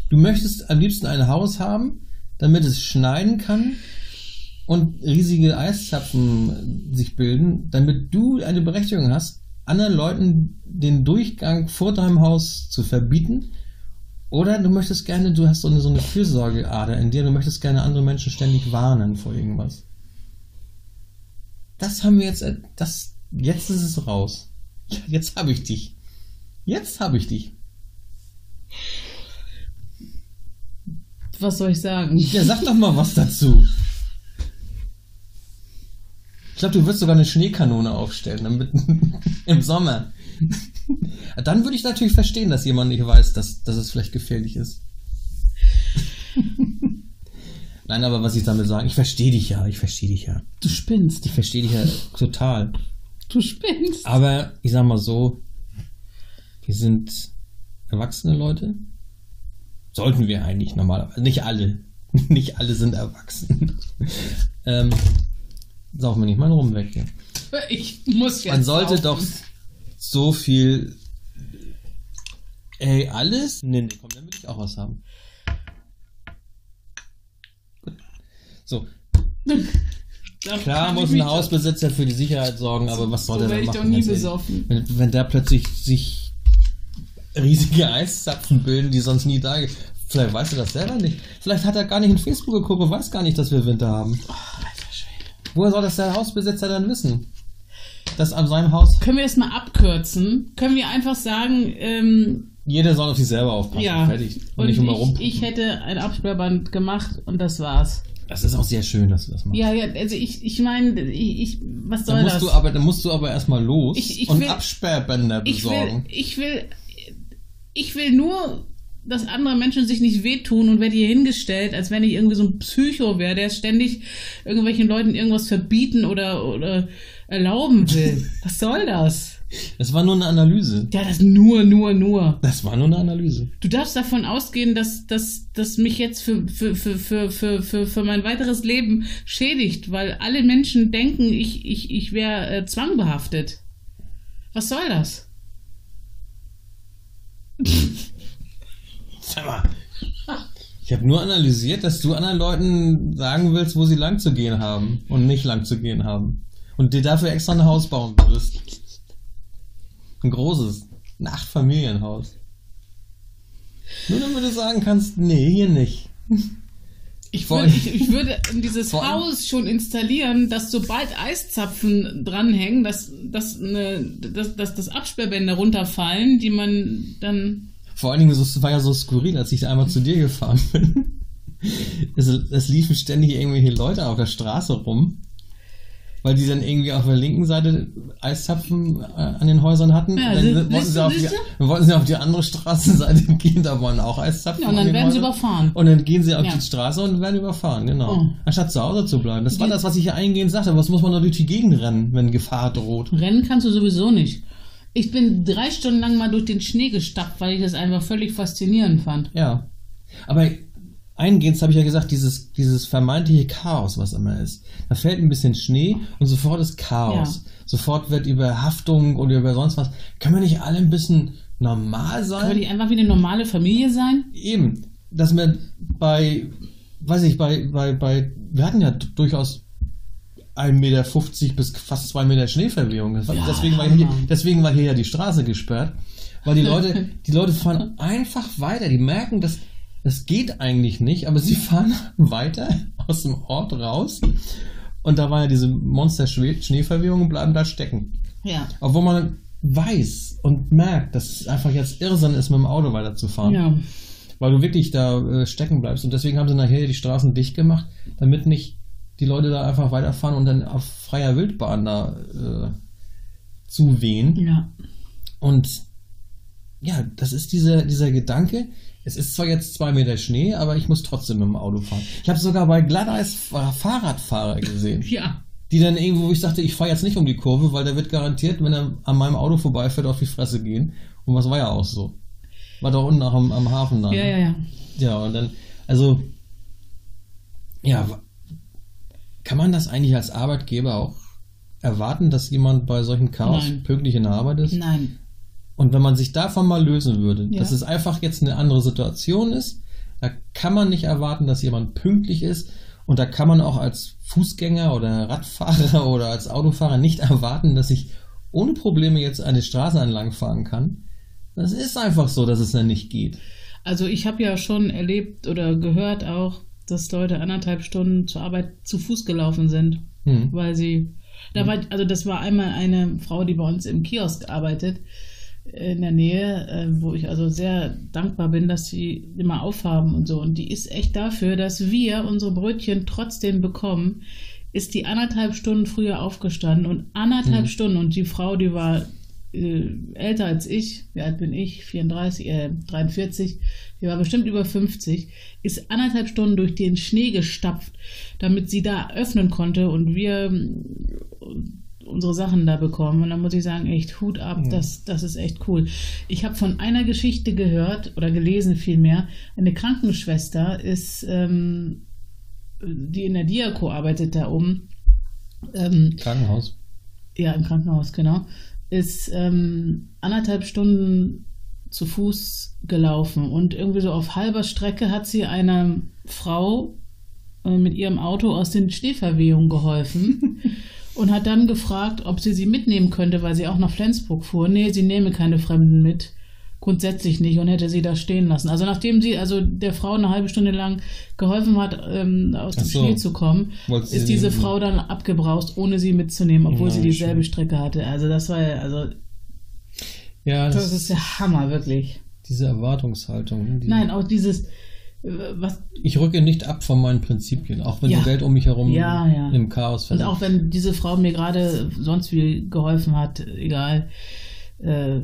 Speaker 2: Du möchtest am liebsten ein Haus haben, damit es schneiden kann und riesige Eiszapfen sich bilden, damit du eine Berechtigung hast, anderen Leuten den Durchgang vor deinem Haus zu verbieten. Oder du möchtest gerne, du hast so eine, so eine Fürsorgeader in dir, du möchtest gerne andere Menschen ständig warnen vor irgendwas. Das haben wir jetzt, äh, das, jetzt ist es raus. Jetzt habe ich dich. Jetzt habe ich dich.
Speaker 1: Was soll ich sagen?
Speaker 2: Ja, sag doch mal was dazu. Ich glaube, du wirst sogar eine Schneekanone aufstellen, damit im Sommer. Dann würde ich natürlich verstehen, dass jemand nicht weiß, dass, dass es vielleicht gefährlich ist. Nein, aber was ich damit sagen, ich verstehe dich ja, ich verstehe dich ja.
Speaker 1: Du spinnst.
Speaker 2: Ich verstehe dich ja total.
Speaker 1: Du spinnst.
Speaker 2: Aber ich sag mal so, wir sind erwachsene Leute? Sollten wir eigentlich normalerweise. Nicht alle. nicht alle sind erwachsen. ähm, sauf mir nicht mal rum weg hier.
Speaker 1: Ich muss jetzt.
Speaker 2: Man sollte
Speaker 1: laufen.
Speaker 2: doch so viel. Ey, alles? Nee, nee, komm, dann will ich auch was haben. Gut. So,
Speaker 1: Da
Speaker 2: klar
Speaker 1: kann ich
Speaker 2: muss
Speaker 1: mich
Speaker 2: ein Hausbesitzer für die Sicherheit sorgen, aber was soll
Speaker 1: so
Speaker 2: der
Speaker 1: werd
Speaker 2: denn
Speaker 1: ich
Speaker 2: machen?
Speaker 1: doch nie
Speaker 2: ganz ehrlich?
Speaker 1: besoffen.
Speaker 2: Wenn, wenn da plötzlich sich riesige Eiszapfen bilden, die sonst nie da Vielleicht weißt du das selber nicht. Vielleicht hat er gar nicht in Facebook geguckt und weiß gar nicht, dass wir Winter haben.
Speaker 1: Oh, Alter Schwede.
Speaker 2: Woher soll das der Hausbesitzer dann wissen? Dass an seinem Haus
Speaker 1: Können wir das mal abkürzen? Können wir einfach sagen, ähm,
Speaker 2: jeder soll auf sich selber aufpassen.
Speaker 1: ja.
Speaker 2: Fertig. Und,
Speaker 1: Und
Speaker 2: nicht immer rum.
Speaker 1: ich, ich hätte ein Absperrband gemacht und das war's.
Speaker 2: Das ist auch sehr schön, dass du das machst.
Speaker 1: Ja, ja, also ich, ich meine, ich, ich, was soll
Speaker 2: Dann musst,
Speaker 1: das?
Speaker 2: du aber, dann musst du aber erstmal los
Speaker 1: Ich- ich
Speaker 2: und
Speaker 1: will-
Speaker 2: Absperrbänder
Speaker 1: ich will,
Speaker 2: besorgen.
Speaker 1: ich will, ich will nur, dass andere Menschen sich nicht wehtun und werde hier hingestellt, als wenn ich irgendwie so ein Psycho wäre, der ständig irgendwelchen Leuten irgendwas verbieten oder, oder erlauben will. Was soll das?
Speaker 2: Das war nur eine Analyse.
Speaker 1: Ja, das nur, nur, nur.
Speaker 2: Das war nur eine Analyse.
Speaker 1: Du darfst davon ausgehen, dass, dass, dass mich jetzt für, für, für, für, für, für, für mein weiteres Leben schädigt, weil alle Menschen denken, ich, ich, ich wäre äh, zwangbehaftet. Was soll das?
Speaker 2: Sag mal. Ich habe nur analysiert, dass du anderen Leuten sagen willst, wo sie lang zu gehen haben und nicht lang zu gehen haben. Und dir dafür extra ein Haus bauen würdest. Ein großes. Ein Acht-Familienhaus. Nur damit du sagen kannst, nee, hier nicht.
Speaker 1: Ich
Speaker 2: Vor
Speaker 1: würde,
Speaker 2: allem-
Speaker 1: ich, ich würde dieses
Speaker 2: Vor allem-
Speaker 1: Haus schon installieren, dass sobald Eiszapfen dranhängen, dass, dass, eine, dass, dass, dass Absperrbänder runterfallen, die man dann.
Speaker 2: Vor allen Dingen, so- es war ja so skurril, als ich einmal zu dir gefahren bin. Es, es liefen ständig irgendwelche Leute auf der Straße rum, weil die dann irgendwie auf der linken Seite Eiszapfen äh, an den Häusern hatten.
Speaker 1: Ja,
Speaker 2: und dann
Speaker 1: si-
Speaker 2: wollten,
Speaker 1: siehst
Speaker 2: sie
Speaker 1: du,
Speaker 2: auf die,
Speaker 1: siehst
Speaker 2: dann wollten sie auf die andere Straßenseite gehen, da waren auch Eiszapfen.
Speaker 1: Ja, und
Speaker 2: an
Speaker 1: dann
Speaker 2: den
Speaker 1: werden sie
Speaker 2: Häusern.
Speaker 1: überfahren.
Speaker 2: Und dann gehen sie auf
Speaker 1: Ja.
Speaker 2: die Straße und werden überfahren, genau.
Speaker 1: Oh.
Speaker 2: Anstatt zu Hause zu bleiben. Das war
Speaker 1: Die-
Speaker 2: das, was ich hier eingehend sagte. Was muss man da durch die Gegend rennen, wenn Gefahr droht?
Speaker 1: Rennen kannst du sowieso nicht. Ich bin drei Stunden lang mal durch den Schnee gestapft, weil ich das einfach völlig faszinierend fand.
Speaker 2: Ja. Aber eingehend habe ich ja gesagt, dieses, dieses vermeintliche Chaos, was immer ist. Da fällt ein bisschen Schnee und sofort ist Chaos. Sofort wird über Haftung oder über sonst was. Können wir nicht alle ein bisschen normal
Speaker 1: Soll
Speaker 2: sein?
Speaker 1: die einfach wie eine normale Familie sein?
Speaker 2: Eben. Dass man bei, weiß ich, bei, bei, bei, wir hatten ja d- durchaus 1,50 Meter bis fast 2 Meter Schneeverwehung. Das war,
Speaker 1: Ja,
Speaker 2: deswegen, war hier,
Speaker 1: Hammer.
Speaker 2: deswegen war hier ja die Straße gesperrt. Weil die Leute, die Leute fahren einfach weiter. Die merken, dass das geht eigentlich nicht, aber sie fahren weiter aus dem Ort raus. Und da war ja diese Monster-Schneeverwehung und bleiben da stecken.
Speaker 1: Ja.
Speaker 2: Obwohl man weiß und merkt, dass es einfach jetzt Irrsinn ist, mit dem Auto weiterzufahren
Speaker 1: Ja.
Speaker 2: weil du wirklich da äh, stecken bleibst. Und deswegen haben sie nachher die Straßen dicht gemacht, damit nicht die Leute da einfach weiterfahren und dann auf freier Wildbahn da äh, zuwehen.
Speaker 1: Ja.
Speaker 2: Und ja, das ist dieser, dieser Gedanke. Es ist zwar jetzt zwei Meter Schnee, aber ich muss trotzdem mit dem Auto fahren. Ich habe sogar bei Glatteis Fa- Fahrradfahrer gesehen,
Speaker 1: Ja.
Speaker 2: die dann irgendwo, wo ich sagte, ich fahre jetzt nicht um die Kurve, weil der wird garantiert, wenn er an meinem Auto vorbeifährt, auf die Fresse gehen. Und was war ja auch so. War doch unten auch am, am Hafen dann.
Speaker 1: Ja, ja, ja.
Speaker 2: Ja, und dann, also, ja, wa- kann man das eigentlich als Arbeitgeber auch erwarten, dass jemand bei solchen Chaos
Speaker 1: Nein.
Speaker 2: pünktlich in der Arbeit ist?
Speaker 1: Nein.
Speaker 2: Und wenn man sich davon mal lösen würde,
Speaker 1: Ja.
Speaker 2: dass es einfach jetzt eine andere Situation ist, da kann man nicht erwarten, dass jemand pünktlich ist. Und da kann man auch als Fußgänger oder Radfahrer oder als Autofahrer nicht erwarten, dass ich ohne Probleme jetzt eine Straße entlang fahren kann. Das ist einfach so, dass es dann nicht geht.
Speaker 1: Also ich habe ja schon erlebt oder gehört auch, dass Leute anderthalb Stunden zur Arbeit zu Fuß gelaufen sind,
Speaker 2: Hm.
Speaker 1: weil sie da war, also das war einmal eine Frau, die bei uns im Kiosk arbeitet in der Nähe, äh, wo ich also sehr dankbar bin, dass sie immer aufhaben und so. Und die ist echt dafür, dass wir unsere Brötchen trotzdem bekommen, ist die anderthalb Stunden früher aufgestanden und anderthalb
Speaker 2: Mhm.
Speaker 1: Stunden und die Frau, die war äh, älter als ich, wie alt bin ich? 34, äh, 43, die war bestimmt über 50, ist anderthalb Stunden durch den Schnee gestapft, damit sie da öffnen konnte und wir mm, unsere Sachen da bekommen. Und dann muss ich sagen, echt Hut ab, das, das ist echt cool. Ich habe von einer Geschichte gehört oder gelesen vielmehr. Eine Krankenschwester ist, ähm, die in der Diako arbeitet da oben. Ähm,
Speaker 2: Krankenhaus.
Speaker 1: ja, im Krankenhaus, genau, ist ähm, anderthalb Stunden zu Fuß gelaufen und irgendwie so auf halber Strecke hat sie einer Frau äh, mit ihrem Auto aus den Schneeverwehungen geholfen und hat dann gefragt, ob sie sie mitnehmen könnte, weil sie auch nach Flensburg fuhr. Nee, sie nehme keine Fremden mit. Grundsätzlich nicht und hätte sie da stehen lassen. Also nachdem sie also der Frau eine halbe Stunde lang geholfen hat, ähm, aus dem
Speaker 2: Ach so.
Speaker 1: Schnee zu kommen,
Speaker 2: Wollte sie
Speaker 1: ist diese
Speaker 2: den-
Speaker 1: Frau dann abgebraust, ohne sie mitzunehmen, obwohl
Speaker 2: Na,
Speaker 1: sie dieselbe
Speaker 2: schön.
Speaker 1: Strecke hatte. Also das war ja, also
Speaker 2: Ja, das,
Speaker 1: das ist der Hammer, wirklich.
Speaker 2: diese Erwartungshaltung. ne, die-
Speaker 1: Nein, auch dieses, äh, was,
Speaker 2: Ich rücke nicht ab von meinen Prinzipien, auch wenn
Speaker 1: Ja.
Speaker 2: die Welt um mich herum
Speaker 1: Ja, ja.
Speaker 2: im Chaos
Speaker 1: und
Speaker 2: verliert.
Speaker 1: auch wenn diese Frau mir gerade sonst wie geholfen hat, egal, äh,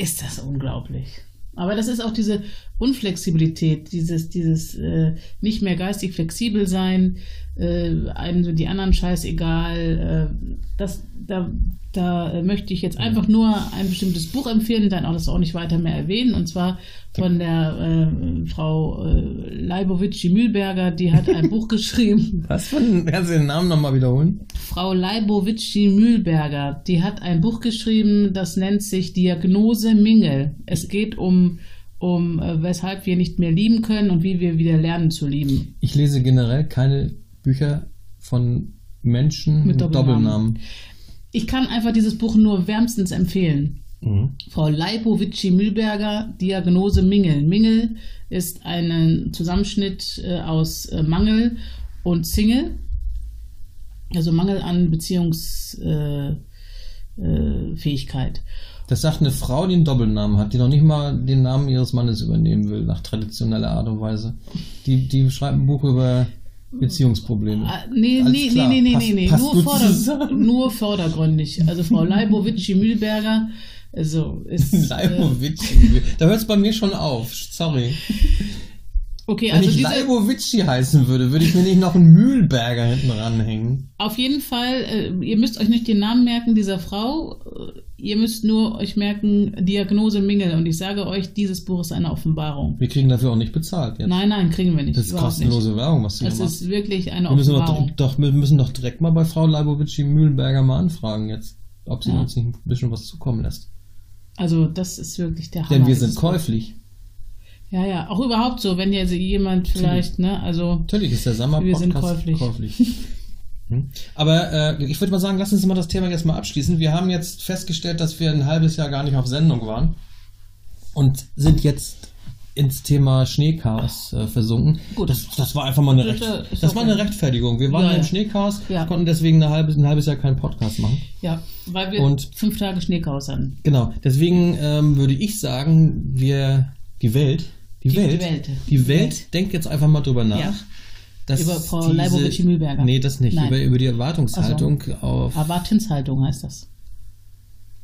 Speaker 1: ist das unglaublich. Aber das ist auch diese Unflexibilität, dieses, dieses äh, nicht mehr geistig flexibel sein, äh, einem sind die anderen scheißegal. Äh, das, da, da äh, möchte ich jetzt einfach nur ein bestimmtes Buch empfehlen, dann auch das auch nicht weiter mehr erwähnen, und zwar von der äh, Frau äh, Leibowitschi-Mühlberger, die hat ein Buch geschrieben.
Speaker 2: Was für ein, kannst du den Namen nochmal wiederholen?
Speaker 1: Frau Leibowitschi Mühlberger, die hat ein Buch geschrieben, das nennt sich Diagnose Mingel. Es geht um, um äh, weshalb wir nicht mehr lieben können und wie wir wieder lernen zu lieben.
Speaker 2: Ich lese generell keine Bücher von Menschen
Speaker 1: Mit
Speaker 2: mit,
Speaker 1: Doppelnamen.
Speaker 2: Doppelnamen.
Speaker 1: Ich kann einfach dieses Buch nur wärmstens empfehlen.
Speaker 2: Mhm.
Speaker 1: Frau Leibowitschi Mühlberger, Diagnose Mingel. Mingel ist ein Zusammenschnitt äh, aus äh, Mangel und Single, also Mangel an Beziehungsfähigkeit. Äh, Fähigkeit.
Speaker 2: Das sagt eine Frau, die einen Doppelnamen hat, die noch nicht mal den Namen ihres Mannes übernehmen will, nach traditioneller Art und Weise. Die, die schreibt ein Buch über Beziehungsprobleme.
Speaker 1: Ah, Nee,
Speaker 2: Alles
Speaker 1: nee,
Speaker 2: klar.
Speaker 1: nee, nee,
Speaker 2: Passt-
Speaker 1: nee, nee.
Speaker 2: passt
Speaker 1: Nur,
Speaker 2: gut
Speaker 1: vorder
Speaker 2: zusammen.
Speaker 1: nur vordergründig. Also Frau Leibowitschi-Mühlberger, also ist. Äh,
Speaker 2: Leibowitschi. Da hört es bei mir schon auf. Sorry.
Speaker 1: okay,
Speaker 2: Wenn
Speaker 1: also
Speaker 2: ich
Speaker 1: diese,
Speaker 2: Leibowitschi heißen würde, würde ich mir nicht noch einen Mühlberger hinten ranhängen.
Speaker 1: auf jeden Fall, äh, ihr müsst euch nicht den Namen merken dieser Frau, äh, ihr müsst nur euch merken, Diagnose Mingel. Und ich sage euch, dieses Buch ist eine Offenbarung.
Speaker 2: Wir kriegen dafür auch nicht bezahlt. Jetzt.
Speaker 1: Nein, nein, kriegen wir nicht.
Speaker 2: das ist
Speaker 1: überhaupt
Speaker 2: kostenlose Werbung, was du
Speaker 1: Nicht.
Speaker 2: hier
Speaker 1: Es
Speaker 2: machst.
Speaker 1: ist wirklich eine
Speaker 2: Wir müssen doch,
Speaker 1: Offenbarung.
Speaker 2: doch, wir müssen doch direkt mal bei Frau Leibowitschi-Mühlberger mal anfragen jetzt, ob sie
Speaker 1: Ja.
Speaker 2: uns nicht ein bisschen was zukommen lässt.
Speaker 1: Also, das ist wirklich der Hammer.
Speaker 2: Denn wir
Speaker 1: dieses
Speaker 2: sind
Speaker 1: Buch.
Speaker 2: käuflich.
Speaker 1: Ja, ja, auch überhaupt so, wenn jetzt jemand vielleicht, ne, also.
Speaker 2: Natürlich ist der
Speaker 1: Wir sind
Speaker 2: Sommer-Podcast
Speaker 1: käuflich.
Speaker 2: Hm. Aber äh, ich würde mal sagen, lass uns mal das Thema jetzt mal abschließen. Wir haben jetzt festgestellt, dass wir ein halbes Jahr gar nicht auf Sendung waren und sind jetzt ins Thema Schneechaos äh, versunken.
Speaker 1: Gut.
Speaker 2: Das, das war einfach mal eine,
Speaker 1: Das
Speaker 2: Recht,
Speaker 1: ist ja- ist
Speaker 2: das war eine
Speaker 1: okay.
Speaker 2: Rechtfertigung. Wir waren
Speaker 1: Ja,
Speaker 2: im
Speaker 1: ja.
Speaker 2: Schneechaos,
Speaker 1: Ja.
Speaker 2: konnten deswegen ein halbes, ein halbes Jahr keinen Podcast machen.
Speaker 1: Ja, weil wir
Speaker 2: Und-
Speaker 1: fünf Tage Schneechaos hatten.
Speaker 2: Genau, deswegen ähm, würde ich sagen, wir, die Welt, die,
Speaker 1: Die- die
Speaker 2: Welt,
Speaker 1: Welt.
Speaker 2: die Welt, denkt jetzt einfach mal drüber nach.
Speaker 1: Ja.
Speaker 2: dass
Speaker 1: Über Frau Leibowitsch-Mühlberger.
Speaker 2: Nee, das nicht.
Speaker 1: Nein.
Speaker 2: Über, über die Erwartungshaltung auf.
Speaker 1: Erwartenshaltung heißt das.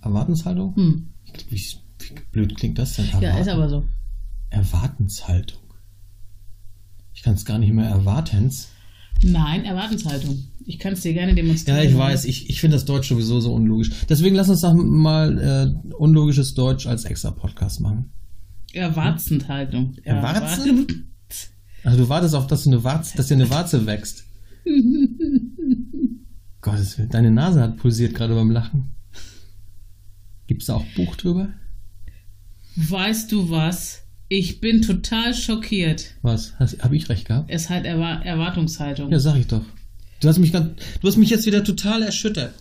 Speaker 2: Erwartungshaltung?
Speaker 1: Hm.
Speaker 2: Wie, wie blöd klingt das denn?
Speaker 1: Ja, ist
Speaker 2: Erwarten-
Speaker 1: aber so.
Speaker 2: Erwartenshaltung. Ich kann es gar nicht mehr erwartens.
Speaker 1: Nein, Erwartenshaltung. Ich kann es dir gerne
Speaker 2: Ja,
Speaker 1: demonstrieren.
Speaker 2: ich weiß, ich, ich finde das Deutsch sowieso so unlogisch. Deswegen lass uns doch mal äh, unlogisches Deutsch als extra Podcast machen.
Speaker 1: Erwartenshaltung.
Speaker 2: Erwarzen? Also du wartest auf, dass du eine Warze, dass dir eine Warze wächst. Gottes Willen, deine Nase hat pulsiert gerade beim Lachen. Gibt's da auch Buch drüber?
Speaker 1: Weißt du was? Ich bin total schockiert.
Speaker 2: Was? Hast- Hab ich recht gehabt?
Speaker 1: Es hat Erwa Erwartungshaltung.
Speaker 2: Ja, sag ich doch. Du hast mich ganz, du hast mich jetzt wieder total erschüttert.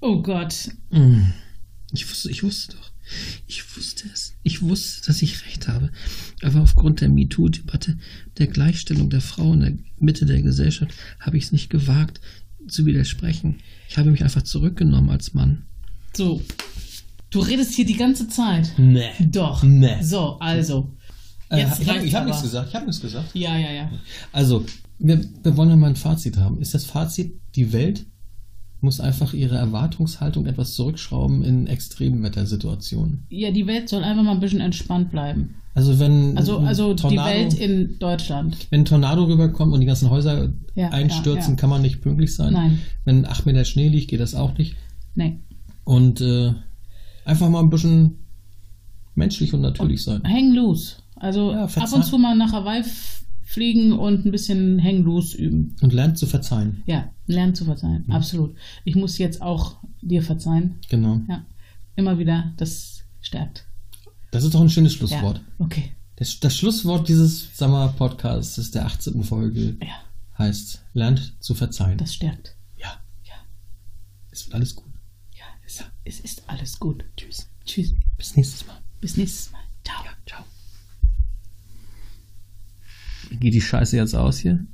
Speaker 1: Oh Gott.
Speaker 2: Ich wusste, ich wusste doch. Ich wusste es. Ich wusste, dass ich recht habe. Aber aufgrund der MeToo-Debatte, der Gleichstellung der Frau in der Mitte der Gesellschaft, habe ich es nicht gewagt, zu widersprechen. Ich habe mich einfach zurückgenommen als Mann.
Speaker 1: So. Du redest hier die ganze Zeit.
Speaker 2: Nee.
Speaker 1: Doch.
Speaker 2: Nee.
Speaker 1: So, also. Jetzt
Speaker 2: Äh, ich habe
Speaker 1: reicht's
Speaker 2: hab nichts
Speaker 1: aber.
Speaker 2: gesagt. Ich habe nichts gesagt.
Speaker 1: Ja, ja, ja.
Speaker 2: Also, wir, wir wollen ja mal ein Fazit haben. Ist das Fazit, die Welt muss einfach ihre Erwartungshaltung etwas zurückschrauben in extremen Wettersituationen?
Speaker 1: Ja, die Welt soll einfach mal ein bisschen entspannt bleiben.
Speaker 2: Also, wenn
Speaker 1: Also,
Speaker 2: ein
Speaker 1: also die
Speaker 2: Tornado,
Speaker 1: Welt in Deutschland.
Speaker 2: wenn ein Tornado rüberkommt und die ganzen Häuser
Speaker 1: Ja,
Speaker 2: einstürzen,
Speaker 1: ja, ja.
Speaker 2: kann man nicht pünktlich sein.
Speaker 1: Nein.
Speaker 2: Wenn acht Meter Schnee liegt, geht das auch nicht.
Speaker 1: Nee.
Speaker 2: Und äh, einfach mal ein bisschen menschlich und natürlich sein.
Speaker 1: Hang loose. Also
Speaker 2: Ja,
Speaker 1: ab
Speaker 2: verzei-
Speaker 1: und zu mal nach Hawaii f- fliegen und ein bisschen hang loose üben.
Speaker 2: Und lernt zu verzeihen.
Speaker 1: Ja, lernen zu verzeihen.
Speaker 2: Mhm.
Speaker 1: Absolut. Ich muss jetzt auch dir verzeihen.
Speaker 2: Genau.
Speaker 1: Ja. Immer wieder, das stärkt.
Speaker 2: Das ist doch ein schönes
Speaker 1: Ja.
Speaker 2: Schlusswort.
Speaker 1: Okay.
Speaker 2: Das, das Schlusswort dieses Sommer-Podcasts ist der 18. Folge.
Speaker 1: Ja,
Speaker 2: Heißt, lernt zu verzeihen.
Speaker 1: das stärkt.
Speaker 2: ja.
Speaker 1: Ja.
Speaker 2: Es wird alles gut.
Speaker 1: Ja, es, es ist alles gut.
Speaker 2: Tschüss.
Speaker 1: Tschüss.
Speaker 2: Bis nächstes Mal.
Speaker 1: Bis nächstes Mal. Ciao.
Speaker 2: Ciao. Geht die Scheiße jetzt aus hier?